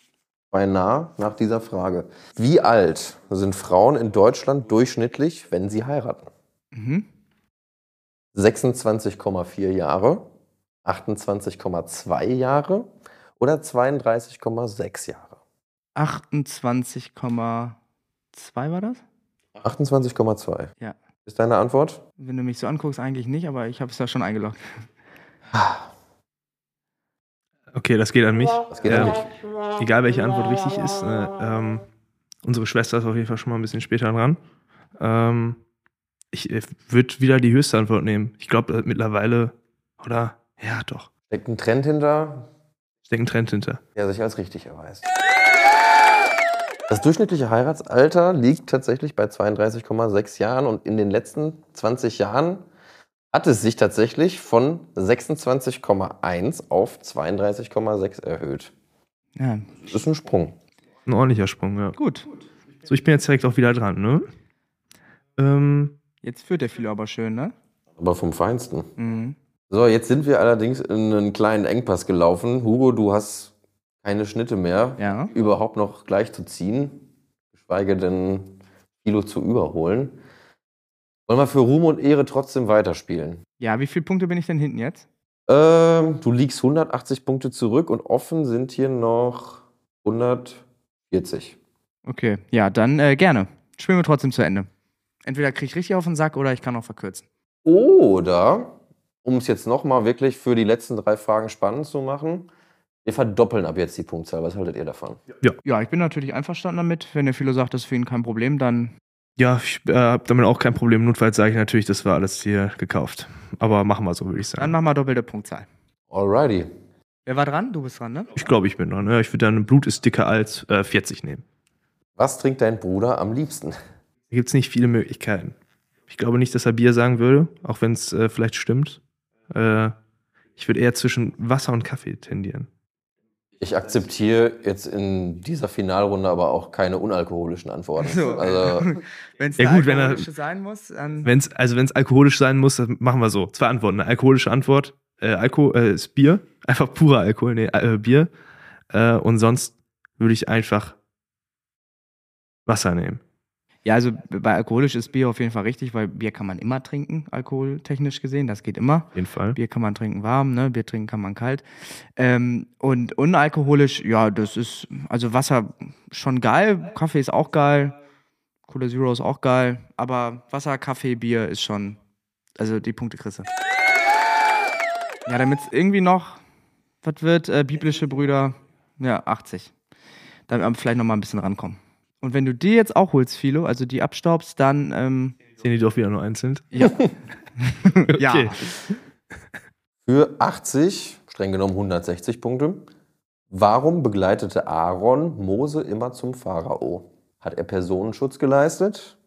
S5: beinahe nach dieser Frage. Wie alt sind Frauen in Deutschland durchschnittlich, wenn sie heiraten?
S3: Mhm.
S5: 26,4 Jahre, 28,2 Jahre oder 32,6 Jahre?
S3: 28,2 war das?
S5: 28,2.
S3: Ja.
S5: Ist deine Antwort?
S3: Wenn du mich so anguckst, eigentlich nicht, aber ich habe es ja schon eingeloggt.
S4: Okay, das geht an mich.
S5: Das geht
S4: Ja.
S5: ja. nicht.
S4: Egal welche Antwort richtig ist, äh, ähm, unsere Schwester ist auf jeden Fall schon mal ein bisschen später dran. Ähm, ich äh, würde wieder die höchste Antwort nehmen. Ich glaube äh, mittlerweile, oder? Ja, doch.
S5: Steckt ein Trend hinter,
S4: Steckt ein Trend hinter.
S5: der sich als richtig erweist. Das durchschnittliche Heiratsalter liegt tatsächlich bei 32,6 Jahren und in den letzten 20 Jahren hat es sich tatsächlich von 26,1 auf 32,6 erhöht.
S3: Ja,
S5: Das ist ein Sprung.
S4: Ein ordentlicher Sprung, ja.
S3: gut.
S4: So, ich bin jetzt direkt auch wieder dran, ne? Ähm,
S3: Jetzt führt der Philo aber schön, ne?
S5: Aber vom Feinsten.
S3: Mhm.
S5: So, jetzt sind wir allerdings in einen kleinen Engpass gelaufen. Hugo, du hast keine Schnitte mehr,
S3: Ja.
S5: überhaupt noch gleich zu ziehen, geschweige denn Kilo zu überholen. Wollen wir für Ruhm und Ehre trotzdem weiterspielen?
S3: Ja, wie viele Punkte bin ich denn hinten jetzt?
S5: Ähm, du liegst 180 Punkte zurück und offen sind hier noch 140.
S3: Okay, ja, dann äh, gerne. Spielen wir trotzdem zu Ende. Entweder kriege ich richtig auf den Sack oder ich kann auch verkürzen.
S5: Oder, um es jetzt nochmal wirklich für die letzten drei Fragen spannend zu machen, wir verdoppeln ab jetzt die Punktzahl. Was haltet ihr davon?
S3: Ja, ich bin natürlich einverstanden damit. Wenn der Philo sagt, das ist für ihn kein Problem, dann
S4: ja, ich äh, habe damit auch kein Problem. Notfalls sage ich natürlich, das war alles hier gekauft. Aber machen wir so, würde ich
S3: Dann
S4: sagen.
S3: mach mal doppelte Punktzahl.
S5: Alrighty.
S3: Wer war dran? Du bist dran, ne?
S4: Ich glaube, ich bin dran. Ja, ich würde dann Blut ist dicker als äh, 40 nehmen.
S5: Was trinkt dein Bruder am liebsten?
S4: Da gibt es nicht viele Möglichkeiten. Ich glaube nicht, dass er Bier sagen würde, auch wenn es äh, vielleicht stimmt. Äh, ich würde eher zwischen Wasser und Kaffee tendieren.
S5: Ich akzeptiere jetzt in dieser Finalrunde aber auch keine unalkoholischen Antworten.
S3: So.
S5: Also,
S3: Wenn's
S4: Ja,
S3: eine
S4: gut, wenn er-
S3: alkoholische sein muss, dann.
S4: Wenn's, also wenn es alkoholisch sein muss, dann machen wir so. Zwei Antworten. Eine alkoholische Antwort äh, Alko äh, ist Bier. Einfach purer Alkohol, nee, äh, Bier. Äh, und sonst würde ich einfach Wasser nehmen.
S3: Ja, also bei alkoholisch ist Bier auf jeden Fall richtig, weil Bier kann man immer trinken, alkoholtechnisch gesehen, das geht immer.
S4: Auf jeden Fall.
S3: Bier kann man trinken warm, ne? Bier trinken kann man kalt. Ähm, und unalkoholisch, ja, das ist, also Wasser schon geil, Kaffee ist auch geil, Cola Zero ist auch geil, aber Wasser, Kaffee, Bier ist schon, also die Punkte kriegst du. Ja, damit es irgendwie noch, was wird, äh, biblische Brüder, ja, 80. Damit wir vielleicht nochmal ein bisschen rankommen. Und wenn du die jetzt auch holst, Philo, also die abstaubst, dann, ähm,
S4: Sehen die doch wieder nur einzeln.
S3: ja. ja.
S4: Okay.
S5: Für 80, streng genommen 160 Punkte. Warum begleitete Aaron Mose immer zum Pharao? Hat er Personenschutz geleistet?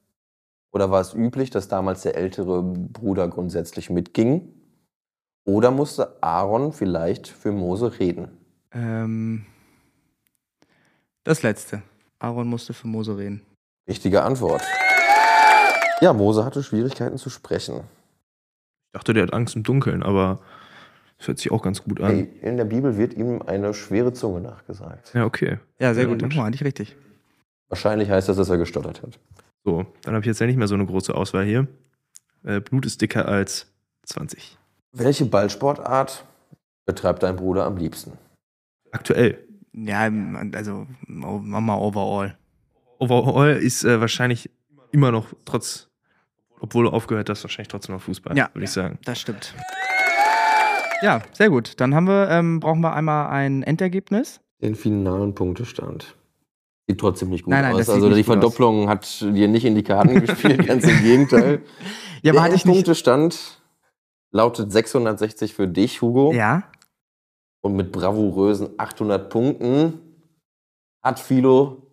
S5: Oder war es üblich, dass damals der ältere Bruder grundsätzlich mitging? Oder musste Aaron vielleicht für Mose reden?
S3: Ähm, das letzte. Aaron musste für Mose reden.
S5: Richtige Antwort. Ja, Mose hatte Schwierigkeiten zu sprechen.
S4: Ich dachte, der hat Angst im Dunkeln, aber das hört sich auch ganz gut an.
S3: Hm?
S5: Hey, in der Bibel wird ihm eine schwere Zunge nachgesagt.
S4: Ja, okay.
S3: Ja, sehr
S4: Ja,
S3: gut.
S4: gut.
S3: Guck mal, nicht richtig.
S5: Wahrscheinlich heißt das, dass er gestottert hat.
S4: So, dann habe ich jetzt ja nicht mehr so eine große Auswahl hier. Äh, Blut ist dicker als 20.
S5: Welche Ballsportart betreibt dein Bruder am liebsten?
S4: Aktuell.
S3: Ja, also o- mach mal overall.
S4: Overall ist äh, wahrscheinlich immer noch trotz, obwohl er aufgehört hat, wahrscheinlich trotzdem noch Fußball,
S3: Ja.
S4: würde ich sagen.
S3: Das stimmt. Ja, sehr gut. Dann haben wir, ähm, brauchen wir einmal ein Endergebnis.
S5: Den finalen Punktestand. Sieht trotzdem nicht gut
S3: Nein, nein,
S5: aus.
S3: das sieht
S5: Also
S3: nicht
S5: die
S3: gut aus.
S5: Verdopplung hat dir nicht in die Karten gespielt, ganz im Gegenteil.
S3: Ja,
S5: Der
S3: aber hatte ich nicht.
S5: Punktestand lautet 660 für dich, Hugo.
S3: Ja,
S5: Und mit bravourösen 800 Punkten hat Philo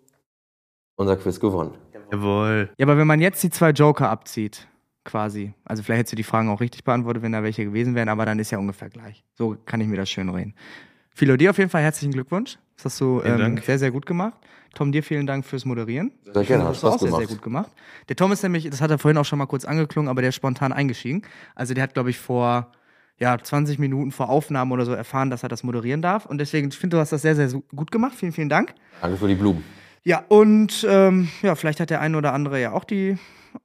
S5: unser Quiz gewonnen.
S4: Jawohl.
S3: Ja, aber wenn man jetzt die zwei Joker abzieht, quasi, also vielleicht hättest du die Fragen auch richtig beantwortet, wenn da welche gewesen wären, aber dann ist ja ungefähr gleich. So kann ich mir das schön reden. Philo, dir auf jeden Fall herzlichen Glückwunsch. Das hast du
S4: Vielen
S3: ähm,
S4: Dank.
S3: sehr, sehr gut gemacht. Tom, dir vielen Dank fürs Moderieren.
S5: Sehr gerne, hat
S3: das hast du auch
S5: Spaß
S3: sehr, sehr
S5: gemacht.
S3: gut gemacht. Der Tom ist nämlich, das hat er vorhin auch schon mal kurz angeklungen, aber der ist spontan eingestiegen. Also der hat, glaube ich, vor ja, 20 Minuten vor Aufnahmen oder so erfahren, dass er das moderieren darf. Und deswegen, ich finde, du hast das sehr, sehr su- gut gemacht. Vielen, vielen Dank.
S5: Danke für die Blumen.
S3: Ja, und ähm, ja, vielleicht hat der ein oder andere ja auch die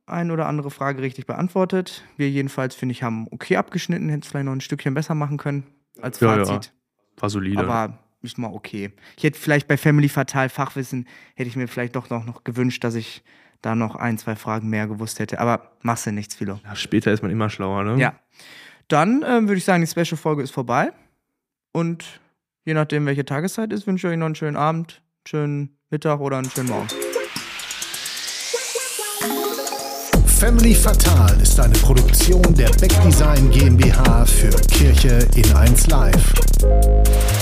S3: ein oder andere Frage richtig beantwortet. Wir jedenfalls, finde ich, haben okay abgeschnitten, hätten es vielleicht noch ein Stückchen besser machen können als
S4: Ja, ja.
S3: Fazit.
S4: War solide.
S3: Aber ist mal okay. Ich hätte vielleicht bei Family Fatal Fachwissen, hätte ich mir vielleicht doch noch, noch gewünscht, dass ich da noch ein, zwei Fragen mehr gewusst hätte. Aber machst du nichts, Philo.
S4: ja, später ist man immer schlauer, ne?
S3: Ja. Dann ähm, würde ich sagen, die Special-Folge ist vorbei. Und je nachdem, welche Tageszeit ist, wünsche ich euch noch einen schönen Abend, schönen Mittag oder einen schönen Morgen.
S1: Family Fatal ist eine Produktion der Beck Design GmbH für Kirche in 1 Live.